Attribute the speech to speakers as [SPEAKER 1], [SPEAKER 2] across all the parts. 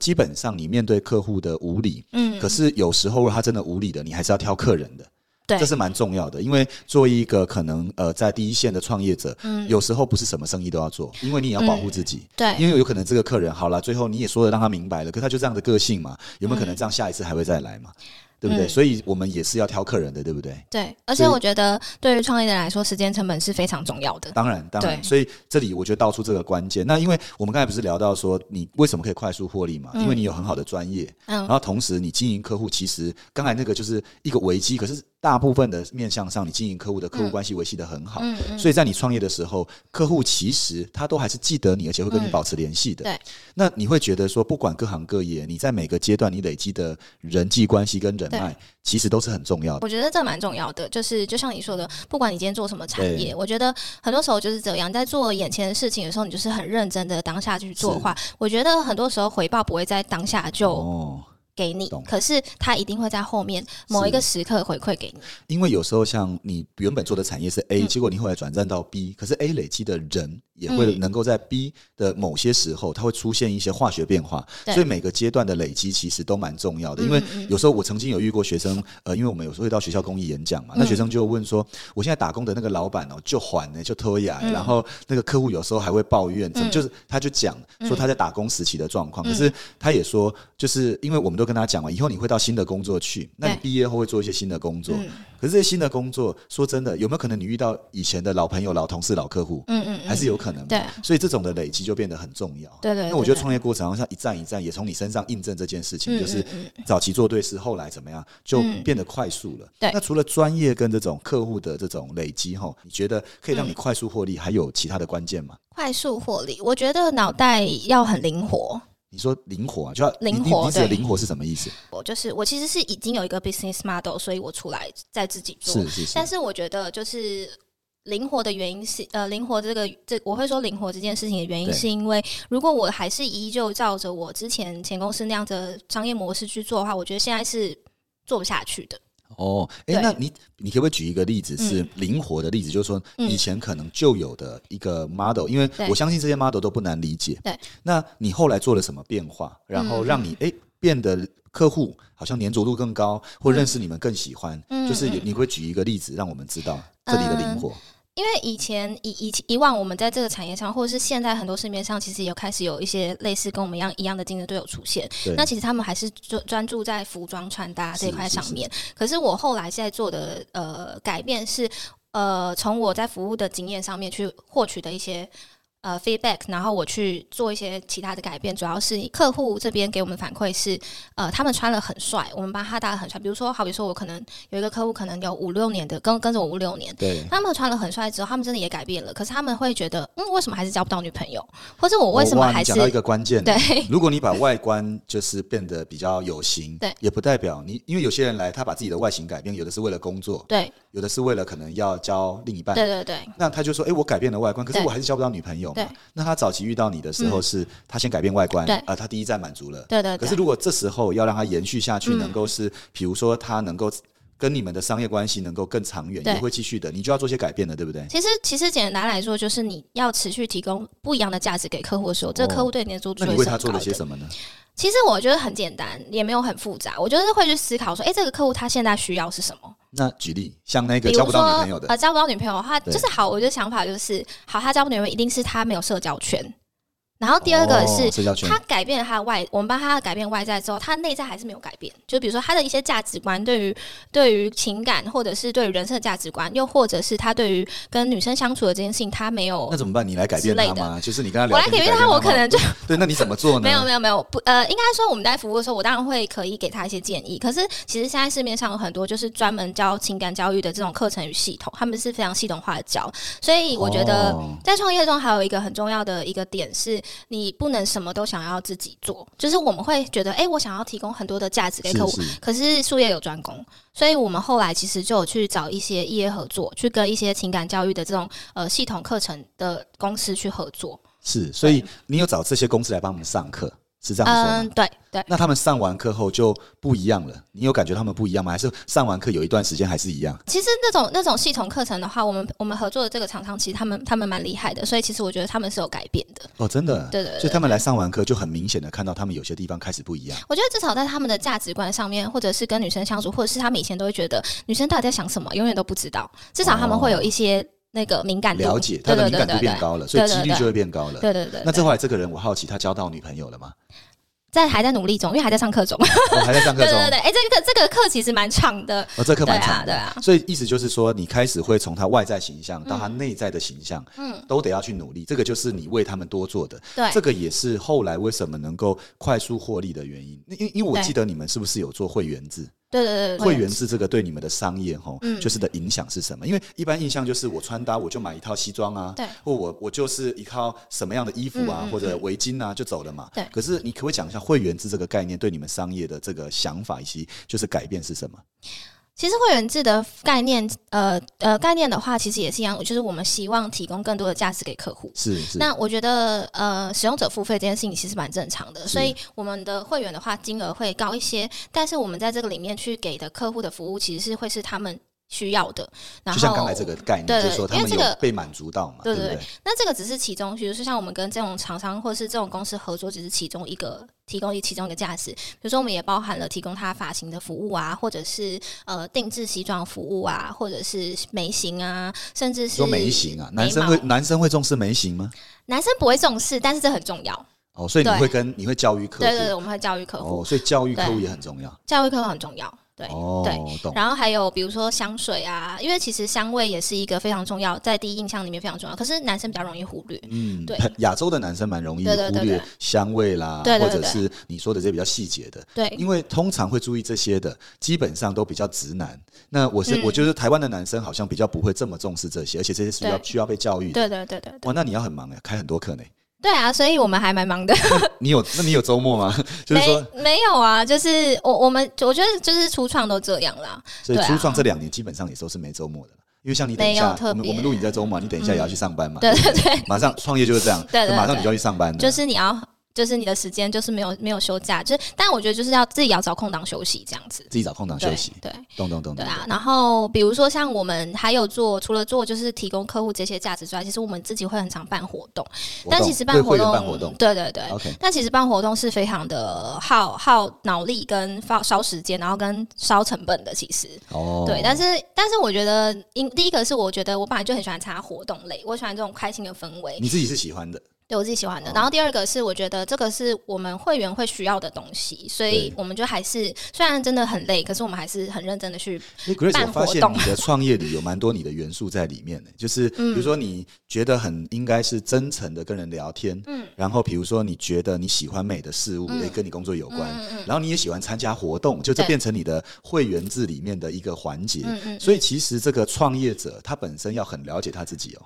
[SPEAKER 1] 基本上你面对客户的无理，
[SPEAKER 2] 嗯
[SPEAKER 1] 可是有时候他真的无理的，你还是要挑客人的。
[SPEAKER 2] 对
[SPEAKER 1] 这是蛮重要的，因为作为一个可能呃在第一线的创业者，
[SPEAKER 2] 嗯
[SPEAKER 1] 有时候不是什么生意都要做，因为你也要保护自己。
[SPEAKER 2] 对
[SPEAKER 1] 因为有可能这个客人好了，最后你也说的让他明白了，可他就这样的个性嘛，有没有可能这样下一次还会再来嘛？对不对？
[SPEAKER 2] 嗯
[SPEAKER 1] 所以我们也是要挑客人的，对不对？
[SPEAKER 2] 对，而
[SPEAKER 1] 所
[SPEAKER 2] 且
[SPEAKER 1] 以
[SPEAKER 2] 我觉得对于创业者来说，时间成本是非常重要的。
[SPEAKER 1] 当然，当然，
[SPEAKER 2] 对
[SPEAKER 1] 所以这里我觉得道出这个关键。那因为我们刚才不是聊到说你为什么可以快速获利嘛？因为你有很好的专业，然
[SPEAKER 2] 嗯，
[SPEAKER 1] 后同时你经营客户，其实刚才那个就是一个危机，可是大部分的面向上，你经营客户的客户关系维系的很好。
[SPEAKER 2] 嗯嗯，
[SPEAKER 1] 所以在你创业的时候，客户其实他都还是记得你，而且会跟你
[SPEAKER 2] 嗯
[SPEAKER 1] 保持联系的。
[SPEAKER 2] 对，
[SPEAKER 1] 那你会觉得说，不管各行各业，你在每个阶段你累积的人际关系跟人脉，其实都是很重要的。
[SPEAKER 2] 我觉得这蛮重要的，就是就像你说的，不管你今天做什么产
[SPEAKER 1] 对
[SPEAKER 2] 业，我觉得很多时候就是这样，在做眼前的事情的时候，你就是很认真的当下去做的话，我觉得很多时候回报不会在当下就
[SPEAKER 1] 哦，
[SPEAKER 2] 给你
[SPEAKER 1] 懂，
[SPEAKER 2] 可是它一定会在后面某一个时刻回馈给你。
[SPEAKER 1] 因为有时候像你原本做的产业是 A，、
[SPEAKER 2] 嗯
[SPEAKER 1] 结果你后来转战到 B，可是 A 累积的人也会
[SPEAKER 2] 嗯
[SPEAKER 1] 能够在 B 的某些时候，它会出现一些化学变化，
[SPEAKER 2] 对
[SPEAKER 1] 所以每个阶段的累积其实都蛮重要的。因为
[SPEAKER 2] 嗯嗯
[SPEAKER 1] 有时候我曾经有遇过学生，呃，因为我们有时候会到学校公益演讲嘛，那
[SPEAKER 2] 嗯
[SPEAKER 1] 学生就问说，我现在打工的那个老板哦，就缓呢，就拖呀，
[SPEAKER 2] 嗯
[SPEAKER 1] 然后那个客户有时候还会抱怨，怎么
[SPEAKER 2] 嗯
[SPEAKER 1] 就是他就讲说他在打工时期的状况，可是他也说，就是因为我们都跟他讲完，以后你会到新的工作去，那你
[SPEAKER 2] 对
[SPEAKER 1] 毕业后会做一些新的工作，
[SPEAKER 2] 嗯
[SPEAKER 1] 可是这些新的工作，说真的，有没有可能你遇到以前的老朋友、老同事、老客户，
[SPEAKER 2] 嗯嗯，嗯
[SPEAKER 1] 还是有可能的？
[SPEAKER 2] 对
[SPEAKER 1] 所以这种的累积就变得很重要。
[SPEAKER 2] 对对对
[SPEAKER 1] 那我觉得
[SPEAKER 2] 对
[SPEAKER 1] 创业过程好像一站一站，也从你身上印证这件事情，
[SPEAKER 2] 嗯
[SPEAKER 1] 就是
[SPEAKER 2] 嗯嗯
[SPEAKER 1] 早期做对事，后来怎么样就
[SPEAKER 2] 嗯
[SPEAKER 1] 变得快速了。
[SPEAKER 2] 对
[SPEAKER 1] 那除了专业跟这种客户的这种累积后，你觉得可以
[SPEAKER 2] 嗯
[SPEAKER 1] 让你快速获利，还有其他的关键吗？
[SPEAKER 2] 快速获利，我觉得脑袋要很灵活。
[SPEAKER 1] 你说灵活啊，就要你
[SPEAKER 2] 灵
[SPEAKER 1] 你
[SPEAKER 2] 活
[SPEAKER 1] 你指的
[SPEAKER 2] 对
[SPEAKER 1] 灵活是什么意思？
[SPEAKER 2] 我就是我其实是已经有一个 business model，所以我出来再自己做。
[SPEAKER 1] 是是是
[SPEAKER 2] 但，是我觉得就是灵活的原因是，呃，灵活这个这我会说灵活这件事情的原因，
[SPEAKER 1] 对
[SPEAKER 2] 是因为如果我还是依旧照着我之前前公司那样的商业模式去做的话，我觉得现在是做不下去的。
[SPEAKER 1] 哦，哎、
[SPEAKER 2] 对
[SPEAKER 1] 那你你可不可以举一个例子是
[SPEAKER 2] 嗯
[SPEAKER 1] 灵活的例子？就是说
[SPEAKER 2] 嗯
[SPEAKER 1] 以前可能就有的一个 model，因为
[SPEAKER 2] 对
[SPEAKER 1] 我相信这些 model 都不难理解。
[SPEAKER 2] 对，嗯
[SPEAKER 1] 那你后来做了什么变化，然后让你哎、诶变得客户好像粘着度更高，或认识你们更喜欢？
[SPEAKER 2] 嗯
[SPEAKER 1] 就是有
[SPEAKER 2] 嗯
[SPEAKER 1] 你会举一个例子让我们知道这里的灵活。
[SPEAKER 2] 因为以前以以以往我们在这个产业上，或者是现在很多市面上，其实有开始有一些类似跟我们一样一样的竞争对手出现。
[SPEAKER 1] 对，
[SPEAKER 2] 那其实他们还是专专注在服装穿搭这一块
[SPEAKER 1] 是
[SPEAKER 2] 上
[SPEAKER 1] 是
[SPEAKER 2] 面。可是我后来现在做的呃改变是，呃，从我在服务的经验上面去获取的一些。呃，feedback，然后我去做一些其他的改变，主要是客户这边给我们反馈是，呃，他们穿了很帅，我们帮他搭的很帅。比如说，好比说我可能有一个客户，可能有五六年的跟跟着我五六年，
[SPEAKER 1] 对。
[SPEAKER 2] 他们穿了很帅之后，他们真的也改变了，可是他们会觉得，嗯，为什么还是交不到女朋友，或者我为什么
[SPEAKER 1] 哦哇
[SPEAKER 2] 还
[SPEAKER 1] 你
[SPEAKER 2] 是、
[SPEAKER 1] 讲到一个嗯关键？
[SPEAKER 2] 对，
[SPEAKER 1] 如果你把外观就是变得比较有型，
[SPEAKER 2] 对
[SPEAKER 1] 也不代表你，因为有些人来他把自己的外形改变，有的是为了工作，
[SPEAKER 2] 对
[SPEAKER 1] 有的是为了可能要交另一半，
[SPEAKER 2] 对对对，
[SPEAKER 1] 那他就说：“哎、我改变了外观，可是
[SPEAKER 2] 对
[SPEAKER 1] 我还是交不到女朋友
[SPEAKER 2] 对嗯
[SPEAKER 1] 嘛。”那他早期遇到你的时候是，他先改变外观，
[SPEAKER 2] 对
[SPEAKER 1] 啊、他第一站满足了。
[SPEAKER 2] 对对对。
[SPEAKER 1] 可是如果这时候要让他延续下去，
[SPEAKER 2] 嗯
[SPEAKER 1] 能够是，比如说他能够跟你们的商业关系能够更长远，
[SPEAKER 2] 对
[SPEAKER 1] 也会继续的，你就要做些改变了，对不对？
[SPEAKER 2] 其实，其实简单来说，就是你要持续提供不一样的价值给客户的时候，这个客户对你的做出
[SPEAKER 1] 哦那
[SPEAKER 2] 的
[SPEAKER 1] 你
[SPEAKER 2] 是
[SPEAKER 1] 为
[SPEAKER 2] 很
[SPEAKER 1] 他做了
[SPEAKER 2] 高
[SPEAKER 1] 些
[SPEAKER 2] 的
[SPEAKER 1] 什么呢？
[SPEAKER 2] 其实我觉得很简单，也没有很复杂。我觉得会去思考说，哎、这个客户他现在需要是什么？
[SPEAKER 1] 那举例，像那
[SPEAKER 2] 比
[SPEAKER 1] 个
[SPEAKER 2] 如
[SPEAKER 1] 交
[SPEAKER 2] 说，
[SPEAKER 1] 不到女朋友的，
[SPEAKER 2] 呃，交不到女朋友的话，
[SPEAKER 1] 对
[SPEAKER 2] 就是好。我的想法就是，好，他交不到女朋友一定是他没有社交圈。然呃后第二个是
[SPEAKER 1] 哦、社交圈
[SPEAKER 2] 他改变了他的外，我们帮他改变外在之后，他内在还是没有改变。就比如说他的一些价值观，对于对于情感，或者是对于人生的价值观，又或者是他对于跟女生相处的这件事情，他没有
[SPEAKER 1] 那。怎么办？你来改变
[SPEAKER 2] 之类
[SPEAKER 1] 他
[SPEAKER 2] 的
[SPEAKER 1] 吗？就是你跟他聊
[SPEAKER 2] 我来
[SPEAKER 1] 天，
[SPEAKER 2] 改
[SPEAKER 1] 你
[SPEAKER 2] 变他，我可
[SPEAKER 1] 吗
[SPEAKER 2] 能就
[SPEAKER 1] 对，那你怎么做呢？
[SPEAKER 2] 没有没有没有不呃，应该说我们在服务的时候，我当然会可以给他一些建议。可是其实现在市面上有很多就是专门教情感教育的这种课程与系统，他们是非常系统化的教，所以我觉得
[SPEAKER 1] 哦
[SPEAKER 2] 在创业中还有一个很重要的一个点是，你不能什么都想要自己做。就是我们会觉得，哎、我想要提供很多的价值给客户，
[SPEAKER 1] 是是
[SPEAKER 2] 可是术业有专攻，所以我们后来其实就有去找一些业合作，去跟一些情感教育的这种呃系统课程的公司去合作。
[SPEAKER 1] 是，所以你有找这些公司来帮我们上课。是这样说吗？
[SPEAKER 2] 嗯，对对，
[SPEAKER 1] 那他们上完课后就不一样了，你有感觉他们不一样吗？还是上完课有一段时间还是一样？
[SPEAKER 2] 其实那种那种系统课程的话，我们我们合作的这个厂商，其实他们他们蛮厉害的，所以其实我觉得他们是有改变的。
[SPEAKER 1] 哦，真的，
[SPEAKER 2] 对对对
[SPEAKER 1] 所以他们来上完课就很明显的看到他们有些地方开始不一样。
[SPEAKER 2] 我觉得至少在他们的价值观上面，或者是跟女生相处，或者是他们以前都会觉得女生到底在想什么，永远都不知道。至少他们会有一些那个敏感度，
[SPEAKER 1] 了解，他
[SPEAKER 2] 对
[SPEAKER 1] 的敏
[SPEAKER 2] 对对
[SPEAKER 1] 感度
[SPEAKER 2] 对
[SPEAKER 1] 变
[SPEAKER 2] 对，
[SPEAKER 1] 高了，所以
[SPEAKER 2] 对
[SPEAKER 1] 几
[SPEAKER 2] 对
[SPEAKER 1] 率
[SPEAKER 2] 对
[SPEAKER 1] 就会变高了。
[SPEAKER 2] 对对对。
[SPEAKER 1] 那
[SPEAKER 2] 对
[SPEAKER 1] 这后来这个人，我好奇他交到女朋友了吗？
[SPEAKER 2] 在还在努力中，因为还在上课中。
[SPEAKER 1] 我还在上课
[SPEAKER 2] 对对
[SPEAKER 1] 中
[SPEAKER 2] 对，对，哎，这个这个课其实蛮长的，
[SPEAKER 1] 哦，这课蛮
[SPEAKER 2] 对啊
[SPEAKER 1] 长的，
[SPEAKER 2] 对啊
[SPEAKER 1] 所以意思就是说，你开始会从他外在形象到他内在的形象，嗯
[SPEAKER 2] 嗯，
[SPEAKER 1] 都得要去努力，这个就是你为他们多做的，
[SPEAKER 2] 对啊
[SPEAKER 1] 这个也是后来为什么能够快速获利的原因。因因因为我
[SPEAKER 2] 对
[SPEAKER 1] 记得你们是不是有做会员制？
[SPEAKER 2] 对对对对
[SPEAKER 1] 会
[SPEAKER 2] 对。
[SPEAKER 1] 员制这个对你们的商业吼，
[SPEAKER 2] 嗯
[SPEAKER 1] 就是的影响是什么？因为一般印象就是我穿搭我就买一套西装啊，
[SPEAKER 2] 对
[SPEAKER 1] 或我我就是一套什么样的衣服啊，
[SPEAKER 2] 嗯嗯
[SPEAKER 1] 或者围巾啊就走了嘛。
[SPEAKER 2] 对
[SPEAKER 1] 可是你可不可以讲一下会员制这个概念对你们商业的这个想法以及就是改变是什么？
[SPEAKER 2] 其实会员制的概念，呃呃，概念的话，其实也是一样，就是我们希望提供更多的价值给客户。
[SPEAKER 1] 是是。
[SPEAKER 2] 那我觉得，呃，使用者付费这件事情其实蛮正常的，所以我们的会员的话，金额会高一些，但是我们在这个里面去给的客户的服务，其实是会是他们需要的。然后，
[SPEAKER 1] 就像刚才这个概念，
[SPEAKER 2] 对
[SPEAKER 1] 就是说他
[SPEAKER 2] 因
[SPEAKER 1] 们
[SPEAKER 2] 为
[SPEAKER 1] 有
[SPEAKER 2] 这个
[SPEAKER 1] 被满足到嘛，
[SPEAKER 2] 对
[SPEAKER 1] 不
[SPEAKER 2] 对
[SPEAKER 1] 对？
[SPEAKER 2] 那这个只是其中，比如说像我们跟这种厂商或是这种公司合作，只是其中一个提供一其中一个价值。比如说，我们也包含了提供他发型的服务啊，或者是呃定制西装服务啊，或者是眉形啊，甚至是
[SPEAKER 1] 说眉形啊，男
[SPEAKER 2] 眉
[SPEAKER 1] 生
[SPEAKER 2] 毛
[SPEAKER 1] 会男生会重视眉形吗？
[SPEAKER 2] 男生不会重视，但是这很重要。
[SPEAKER 1] 哦，所以你
[SPEAKER 2] 对
[SPEAKER 1] 会跟你会教育客户，
[SPEAKER 2] 对对对，我们会教育客户，
[SPEAKER 1] 哦，所以教育客户也很重要。
[SPEAKER 2] 教育客户很重要。对，
[SPEAKER 1] 哦，懂。
[SPEAKER 2] 然后还有比如说香水啊，因为其实香味也是一个非常重要，在第一印象里面非常重要，可是男生比较容易忽略。
[SPEAKER 1] 嗯，
[SPEAKER 2] 对
[SPEAKER 1] 亚洲的男生蛮容易
[SPEAKER 2] 对对
[SPEAKER 1] 忽
[SPEAKER 2] 对
[SPEAKER 1] 略
[SPEAKER 2] 对
[SPEAKER 1] 香味啦，
[SPEAKER 2] 对对
[SPEAKER 1] 或
[SPEAKER 2] 对
[SPEAKER 1] 者是你说的这比较细节的，
[SPEAKER 2] 对
[SPEAKER 1] 因为通常会注意这些的，基本上都比较直男。那我
[SPEAKER 2] 嗯
[SPEAKER 1] 是、我觉得台湾的男生好像比较不会这么重视这些，而且这些是需要
[SPEAKER 2] 对
[SPEAKER 1] 需要被教育的。
[SPEAKER 2] 对对对对对
[SPEAKER 1] 哇，那你要很忙哎，开很多课呢。
[SPEAKER 2] 对啊，所以我们还蛮忙的。
[SPEAKER 1] 你有那你有周 末吗？ 就是说，
[SPEAKER 2] 没没有啊，就是我我们我觉得就是初创都这样啦，
[SPEAKER 1] 所以
[SPEAKER 2] 对啊
[SPEAKER 1] 初创这两年基本上也都是没周末的了，因为像你等一
[SPEAKER 2] 没
[SPEAKER 1] 下
[SPEAKER 2] 有，特
[SPEAKER 1] 我们
[SPEAKER 2] 别
[SPEAKER 1] 我们录影在周末，你等一下也要去上班嘛，
[SPEAKER 2] 对
[SPEAKER 1] 不
[SPEAKER 2] 对对，
[SPEAKER 1] 马上创业就是这样，
[SPEAKER 2] 对对对
[SPEAKER 1] 马上你就要去上班了，
[SPEAKER 2] 就是你要就是你的时间就是没有没有休假，就是但我觉得就是要自己要找空档休息这样子，
[SPEAKER 1] 自己找空档
[SPEAKER 2] 对
[SPEAKER 1] 休息，嗯
[SPEAKER 2] 对。
[SPEAKER 1] 咚咚咚
[SPEAKER 2] 对
[SPEAKER 1] 咚。
[SPEAKER 2] 啊，然后比如说像我们还有做，除了做就是提供客户这些价值之外，其实我们自己会很常办活动，
[SPEAKER 1] 活动
[SPEAKER 2] 但其实
[SPEAKER 1] 为
[SPEAKER 2] 办活
[SPEAKER 1] 会员
[SPEAKER 2] 动，
[SPEAKER 1] 办活动
[SPEAKER 2] 对对对，
[SPEAKER 1] ，OK，
[SPEAKER 2] 但其实办活动是非常的耗耗脑力跟耗烧时间，然后跟烧成本的。其实，
[SPEAKER 1] 哦，
[SPEAKER 2] 对，但是但是我觉得，因第一个是我觉得我本来就很喜欢参加活动类，我喜欢这种开心的氛围，
[SPEAKER 1] 你自己是喜欢的，
[SPEAKER 2] 对我自己喜欢的。
[SPEAKER 1] 哦
[SPEAKER 2] 然后第二个是我觉得这个是我们会员会需要的东西，所以
[SPEAKER 1] 对
[SPEAKER 2] 我们就还是虽然真的很累，可是我们还是很认真的去
[SPEAKER 1] 因为 Grace，
[SPEAKER 2] 办
[SPEAKER 1] 我发现
[SPEAKER 2] 活动
[SPEAKER 1] 你的创业里有蛮多你的元素在里面的，就是
[SPEAKER 2] 嗯
[SPEAKER 1] 比如说你觉得很应该是真诚的跟人聊天，嗯
[SPEAKER 2] 嗯，
[SPEAKER 1] 然后比如说你觉得你喜欢美的事物，
[SPEAKER 2] 嗯
[SPEAKER 1] 也跟你工作有关
[SPEAKER 2] 嗯嗯，
[SPEAKER 1] 然后你也喜欢参加活动，就这
[SPEAKER 2] 对
[SPEAKER 1] 变成你的会员制里面的一个环节
[SPEAKER 2] 嗯。嗯
[SPEAKER 1] 所以其实这个创业者他本身要很了解他自己哦，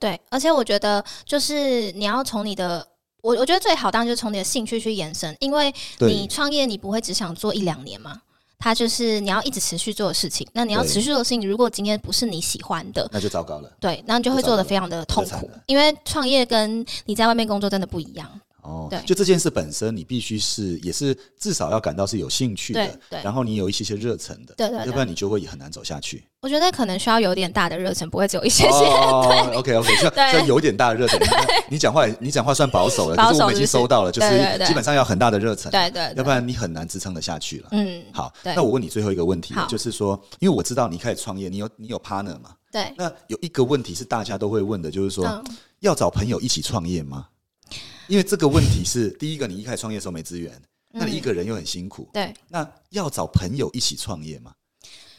[SPEAKER 2] 对，而且我觉得就是你要从你的。我我觉得最好当然就是从你的兴趣去延伸，因为你
[SPEAKER 1] 对，
[SPEAKER 2] 创业你不会只想做一两年嘛，它就是你要一直持续做的事情。那你要
[SPEAKER 1] 对
[SPEAKER 2] 持续做的事情，如果今天不是你喜欢的，
[SPEAKER 1] 那就糟糕了
[SPEAKER 2] 对，那你就会做的非常的痛
[SPEAKER 1] 就惨
[SPEAKER 2] 苦
[SPEAKER 1] 了，
[SPEAKER 2] 因为创业跟你在外面工作真的不一样。
[SPEAKER 1] 哦
[SPEAKER 2] 对。
[SPEAKER 1] 就这件事本身，你必须是也是至少要感到是有兴趣的
[SPEAKER 2] 对，对
[SPEAKER 1] 然后你有一些些热忱的，
[SPEAKER 2] 对对对
[SPEAKER 1] 要不然你就会很难走下 去。
[SPEAKER 2] 我觉得可能需要有点大的热忱，不会只有一些些。
[SPEAKER 1] 哦，OK OK，需要
[SPEAKER 2] 对
[SPEAKER 1] 需要有点大的热忱。你看你讲话也你讲话算保守了，
[SPEAKER 2] 保
[SPEAKER 1] 可
[SPEAKER 2] 守
[SPEAKER 1] 是我们已经
[SPEAKER 2] 是不是
[SPEAKER 1] 收到了，就是
[SPEAKER 2] 对对对
[SPEAKER 1] 基本上要很大的热忱，
[SPEAKER 2] 对对
[SPEAKER 1] 要
[SPEAKER 2] 对，
[SPEAKER 1] 不然你很难支撑得下去了。
[SPEAKER 2] 嗯，
[SPEAKER 1] 好，
[SPEAKER 2] 对
[SPEAKER 1] 那我问你最后一个问题了，
[SPEAKER 2] 好
[SPEAKER 1] 就是说，因为我知道你开始创业，你有你有 partner 嘛？
[SPEAKER 2] 对，
[SPEAKER 1] 那有一个问题是大家都会问的，就是说，
[SPEAKER 2] 嗯，
[SPEAKER 1] 要找朋友一起创业吗？因为这个问题 是第一个，你一开始创业的时候没资源，
[SPEAKER 2] 嗯
[SPEAKER 1] 那你一个人又很辛苦，
[SPEAKER 2] 对，
[SPEAKER 1] 那要找朋友一起创业吗？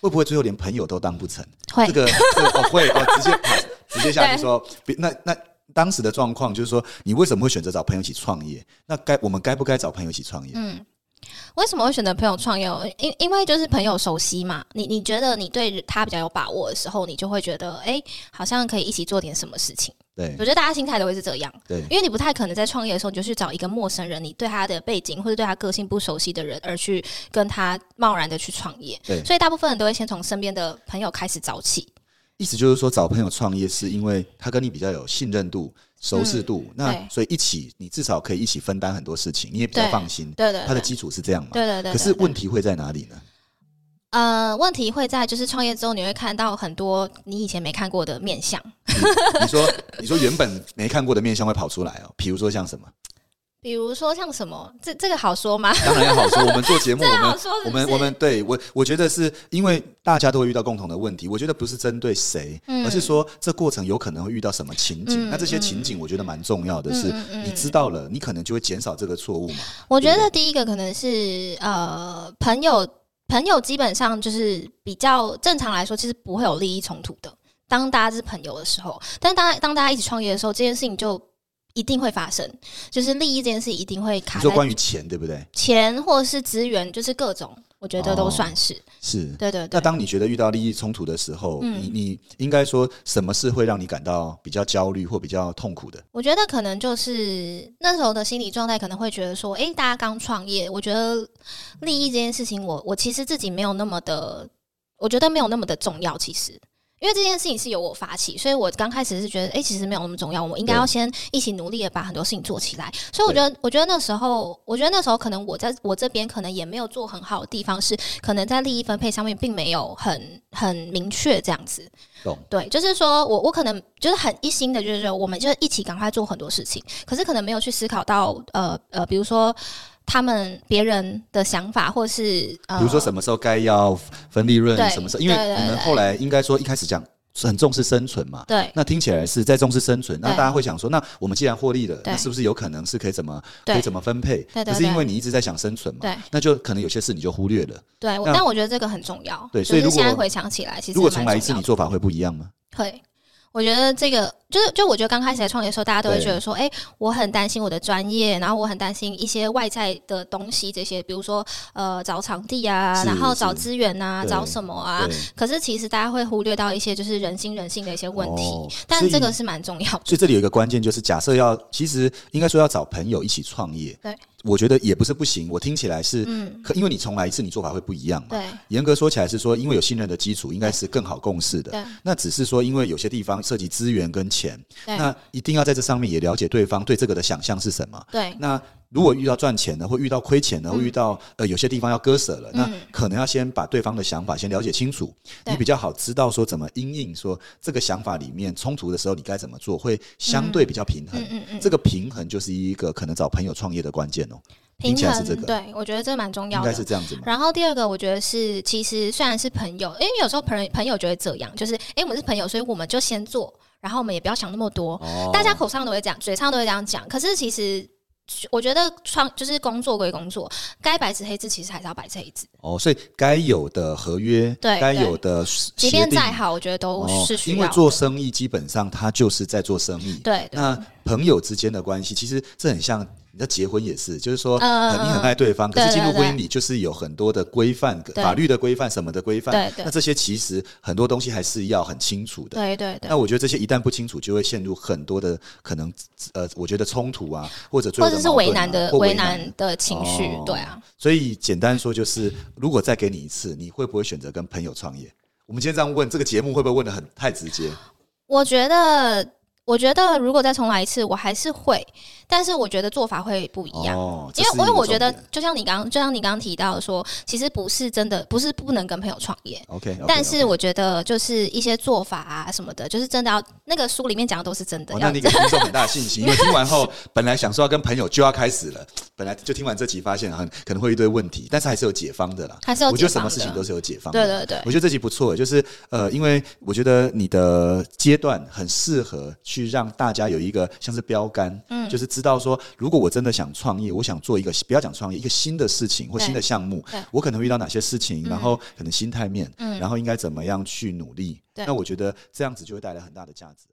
[SPEAKER 1] 会不会最后连朋友都当不成？
[SPEAKER 2] 会
[SPEAKER 1] 这个这个哦会哦，直接 pass，直接下去说，比那那当时的状况就是说，你为什么会选择找朋友一起创业？那该我们该不该找朋友一起创业？
[SPEAKER 2] 嗯。为什么会选择朋友创业？因因为就是朋友熟悉嘛，你你觉得你对他比较有把握的时候，你就会觉得，哎、好像可以一起做点什么事情。
[SPEAKER 1] 对
[SPEAKER 2] 我觉得大家心态都会是这样，
[SPEAKER 1] 对
[SPEAKER 2] 因为你不太可能在创业的时候你就去找一个陌生人，你对他的背景或者对他个性不熟悉的人，而去跟他贸然的去创业。
[SPEAKER 1] 对，
[SPEAKER 2] 所以大部分人都会先从身边的朋友开始找起。
[SPEAKER 1] 意思就是说，找朋友创业是因为他跟你比较有信任度，熟识度，
[SPEAKER 2] 嗯对
[SPEAKER 1] 那所以一起，你至少可以一起分担很多事情，你也比较
[SPEAKER 2] 对
[SPEAKER 1] 放心。
[SPEAKER 2] 对对，
[SPEAKER 1] 它的
[SPEAKER 2] 对
[SPEAKER 1] 基础是这样嘛？
[SPEAKER 2] 对对对。
[SPEAKER 1] 可是
[SPEAKER 2] 对
[SPEAKER 1] 问题会在哪里呢？
[SPEAKER 2] 呃，问题会在就是创业之后，你会看到很多你以前没看过的面相，
[SPEAKER 1] 你说，你说原本没看过的面相会跑出来哦，比如说像什么？
[SPEAKER 2] 比如说像什么，这这个好说吗？
[SPEAKER 1] 当然要好说，我们做节 目，
[SPEAKER 2] 这
[SPEAKER 1] 我
[SPEAKER 2] 好
[SPEAKER 1] 们
[SPEAKER 2] 说是
[SPEAKER 1] 我
[SPEAKER 2] 不是
[SPEAKER 1] 们我们对我我觉得是因为大家都会遇到共同的问题，我觉得不是针对谁，
[SPEAKER 2] 嗯
[SPEAKER 1] 而是说这过程有可能会遇到什么情景，
[SPEAKER 2] 嗯
[SPEAKER 1] 那这些情景我觉得蛮重要的
[SPEAKER 2] 嗯
[SPEAKER 1] 是，
[SPEAKER 2] 嗯嗯
[SPEAKER 1] 你知道了，你可能就会减少这个错误嘛。
[SPEAKER 2] 我觉得第一个可能是呃，朋友朋友基本上就是比较正常来说，其实不会有利益冲突的。当大家是朋友的时候，但当当大家一起创业的时候，这件事情就一定会发生，就是利益这件事一定会卡
[SPEAKER 1] 你说
[SPEAKER 2] 在
[SPEAKER 1] 关于钱对不对？
[SPEAKER 2] 钱或是资源，就是各种，我觉得都
[SPEAKER 1] 哦
[SPEAKER 2] 算是、
[SPEAKER 1] 是。
[SPEAKER 2] 对对对
[SPEAKER 1] 那。当你觉得遇到利益冲突的时候，
[SPEAKER 2] 嗯
[SPEAKER 1] 你你应该说什么事会让你感到比较焦虑或比较痛苦的？
[SPEAKER 2] 我觉得可能就是那时候的心理状态，可能会觉得说，诶，大家刚创业，我觉得利益这件事情我，我其实自己没有那么的，我觉得没有那么的重要，其实。因为这件事情是由我发起，所以我刚开始是觉得，诶，其实没有那么重要，我们应该
[SPEAKER 1] 对
[SPEAKER 2] 要先一起努力的把很多事情做起来。所以我觉得，我觉得那时候，我觉得那时候可能我在我这边可能也没有做很好的地方是，可能在利益分配上面并没有很很明确这样子。
[SPEAKER 1] 懂？
[SPEAKER 2] 对，就是说我我可能就是很一心的，就是说我们就是一起赶快做很多事情，可是可能没有去思考到呃呃，比如说他们别人的想法，或是呃，
[SPEAKER 1] 比如说什
[SPEAKER 2] 么？
[SPEAKER 1] 么时候该要分利润，
[SPEAKER 2] 对
[SPEAKER 1] 什么时候？因为
[SPEAKER 2] 对对
[SPEAKER 1] 你们
[SPEAKER 2] 对
[SPEAKER 1] 后来应该说一开始讲很重视生存嘛，
[SPEAKER 2] 对
[SPEAKER 1] 那听起来是在重视生存，那
[SPEAKER 2] 对
[SPEAKER 1] 大家会想说，那我们既然获利了，
[SPEAKER 2] 对
[SPEAKER 1] 那是不是有可能是可以怎么
[SPEAKER 2] 对
[SPEAKER 1] 可以怎么分配？
[SPEAKER 2] 对对
[SPEAKER 1] 可是
[SPEAKER 2] 对
[SPEAKER 1] 因为你一直在想生存嘛
[SPEAKER 2] 对，
[SPEAKER 1] 那就可能有些事你就忽略了。
[SPEAKER 2] 对，我
[SPEAKER 1] 那
[SPEAKER 2] 但我觉得这个很重要。
[SPEAKER 1] 对
[SPEAKER 2] 就
[SPEAKER 1] 所以
[SPEAKER 2] 是
[SPEAKER 1] 如果
[SPEAKER 2] 现在回想起来，其实
[SPEAKER 1] 如果
[SPEAKER 2] 蛮
[SPEAKER 1] 重来一次，
[SPEAKER 2] 重
[SPEAKER 1] 你
[SPEAKER 2] 要的
[SPEAKER 1] 做法会不一样吗？
[SPEAKER 2] 会。我觉得这个就是，就我觉得刚开始在创业的时候，大家都会
[SPEAKER 1] 对
[SPEAKER 2] 觉得说，哎、我很担心我的专业，然后我很担心一些外在的东西，这些比如说呃找场地啊，
[SPEAKER 1] 是
[SPEAKER 2] 然后
[SPEAKER 1] 是
[SPEAKER 2] 找资源啊，
[SPEAKER 1] 对
[SPEAKER 2] 找什么啊，
[SPEAKER 1] 对，
[SPEAKER 2] 可是其实大家会忽略到一些就是人心人性的一些问题，
[SPEAKER 1] 哦
[SPEAKER 2] 但
[SPEAKER 1] 所以
[SPEAKER 2] 这个是蛮重要
[SPEAKER 1] 所以
[SPEAKER 2] 的。
[SPEAKER 1] 这里有一个关键，就是假设要，其实应该说要找朋友一起创业，
[SPEAKER 2] 对，
[SPEAKER 1] 我觉得也不是不行。我听起来是，
[SPEAKER 2] 嗯，
[SPEAKER 1] 可因为你重来一次，你做法会不一样嘛。
[SPEAKER 2] 对
[SPEAKER 1] 严格说起来是说，因为有信任的基础，应该是更好共识的。
[SPEAKER 2] 对
[SPEAKER 1] 那只是说，因为有些地方涉及资源跟钱，
[SPEAKER 2] 对
[SPEAKER 1] 那一定要在这上面也了解对方对这个的想象是什么。
[SPEAKER 2] 对
[SPEAKER 1] 那如果遇到赚钱的，或遇到亏钱的，或遇到呃有些地方要割舍了，那
[SPEAKER 2] 嗯
[SPEAKER 1] 可能要先把对方的想法先了解清楚，
[SPEAKER 2] 对
[SPEAKER 1] 你比较好知道说怎么因应说这个想法里面冲突的时候你该怎么做，会相对比较平衡
[SPEAKER 2] 嗯。嗯嗯，
[SPEAKER 1] 这个平衡就是一个可能找朋友创业的关键哦，听
[SPEAKER 2] 平
[SPEAKER 1] 起来是
[SPEAKER 2] 衡
[SPEAKER 1] 这个
[SPEAKER 2] 对我觉得这蛮重
[SPEAKER 1] 应
[SPEAKER 2] 要
[SPEAKER 1] 该是
[SPEAKER 2] 的。
[SPEAKER 1] 这样子嘛。
[SPEAKER 2] 然后第二个，我觉得是其实虽然是朋友，因为有时候朋友朋友就会这样，就是哎、诶我们是朋友，所以我们就先做，然后我们也不要想那么多。
[SPEAKER 1] 哦
[SPEAKER 2] 大家口上都会讲，嘴上都会这样讲，可是其实。我觉得创就是工作归工作，该白纸黑字其实还是要白纸黑字，
[SPEAKER 1] 哦，所以该有的合约，
[SPEAKER 2] 对
[SPEAKER 1] 该
[SPEAKER 2] 对
[SPEAKER 1] 有的协
[SPEAKER 2] 即便
[SPEAKER 1] 定
[SPEAKER 2] 再好，我觉得都
[SPEAKER 1] 哦
[SPEAKER 2] 是需
[SPEAKER 1] 因
[SPEAKER 2] 要
[SPEAKER 1] 为
[SPEAKER 2] 的。
[SPEAKER 1] 做生意基本上他就是在做生意，
[SPEAKER 2] 对对
[SPEAKER 1] 那朋友之间的关系，其实这很像你的结婚也是，就是说、
[SPEAKER 2] 嗯嗯
[SPEAKER 1] 呃你很爱对方，可是
[SPEAKER 2] 对
[SPEAKER 1] 进入
[SPEAKER 2] 对
[SPEAKER 1] 婚姻
[SPEAKER 2] 对
[SPEAKER 1] 里就是有很多的规范，
[SPEAKER 2] 对
[SPEAKER 1] 法律的规范什么的规范，
[SPEAKER 2] 对对
[SPEAKER 1] 那这些其实很多东西还是要很清楚的。
[SPEAKER 2] 对对对。
[SPEAKER 1] 那我觉得这些一旦不清楚，就会陷入很多的可能，呃，我觉得冲突啊，或者最
[SPEAKER 2] 或
[SPEAKER 1] 后
[SPEAKER 2] 者
[SPEAKER 1] 的
[SPEAKER 2] 是
[SPEAKER 1] 矛盾啊
[SPEAKER 2] 为难的
[SPEAKER 1] 或
[SPEAKER 2] 为
[SPEAKER 1] 为
[SPEAKER 2] 难的情绪，
[SPEAKER 1] 哦
[SPEAKER 2] 对啊，
[SPEAKER 1] 所以简单说就是，如果再给你一次，你会不会选择跟朋友创业？我们今天这样问这个节目会不会问的很太直接？
[SPEAKER 2] 我觉得。我觉得如果再重来一次，我还是会，但是我觉得做法会不一样，
[SPEAKER 1] 哦，这
[SPEAKER 2] 因为
[SPEAKER 1] 是一
[SPEAKER 2] 因
[SPEAKER 1] 个
[SPEAKER 2] 为我觉
[SPEAKER 1] 重
[SPEAKER 2] 得
[SPEAKER 1] 点
[SPEAKER 2] 就像你刚就像你刚刚提到说，其实不是真的不是不能跟朋友创业，
[SPEAKER 1] OK，,
[SPEAKER 2] 但是我觉得就是一些做法啊什么的，就是真的要那个书里面讲的都是真的
[SPEAKER 1] 哦，
[SPEAKER 2] 要
[SPEAKER 1] 那你给听众 很大的信心，因为听完后，本来想说要跟朋友就要开始了，本来就听完这集发现很可能会有一堆问题，但是还是有解方的啦。
[SPEAKER 2] 还是有
[SPEAKER 1] 我觉得
[SPEAKER 2] 解
[SPEAKER 1] 什么
[SPEAKER 2] 放
[SPEAKER 1] 事情
[SPEAKER 2] 的
[SPEAKER 1] 都是有解方
[SPEAKER 2] 对
[SPEAKER 1] 的。
[SPEAKER 2] 对对
[SPEAKER 1] 我觉得这集不错，就是呃，因为我觉得你的阶段很适合去让大家有一个像是标杆，嗯，就是知道说，如果我真的想创业，我想做一个不要讲创业，一个新的事情或
[SPEAKER 2] 对
[SPEAKER 1] 新的项目
[SPEAKER 2] 对，
[SPEAKER 1] 我可能会遇到哪些事情，然后可能心态面，
[SPEAKER 2] 嗯
[SPEAKER 1] 然后应该怎么样去努力，
[SPEAKER 2] 对
[SPEAKER 1] 那我觉得这样子就会带来很大的价值。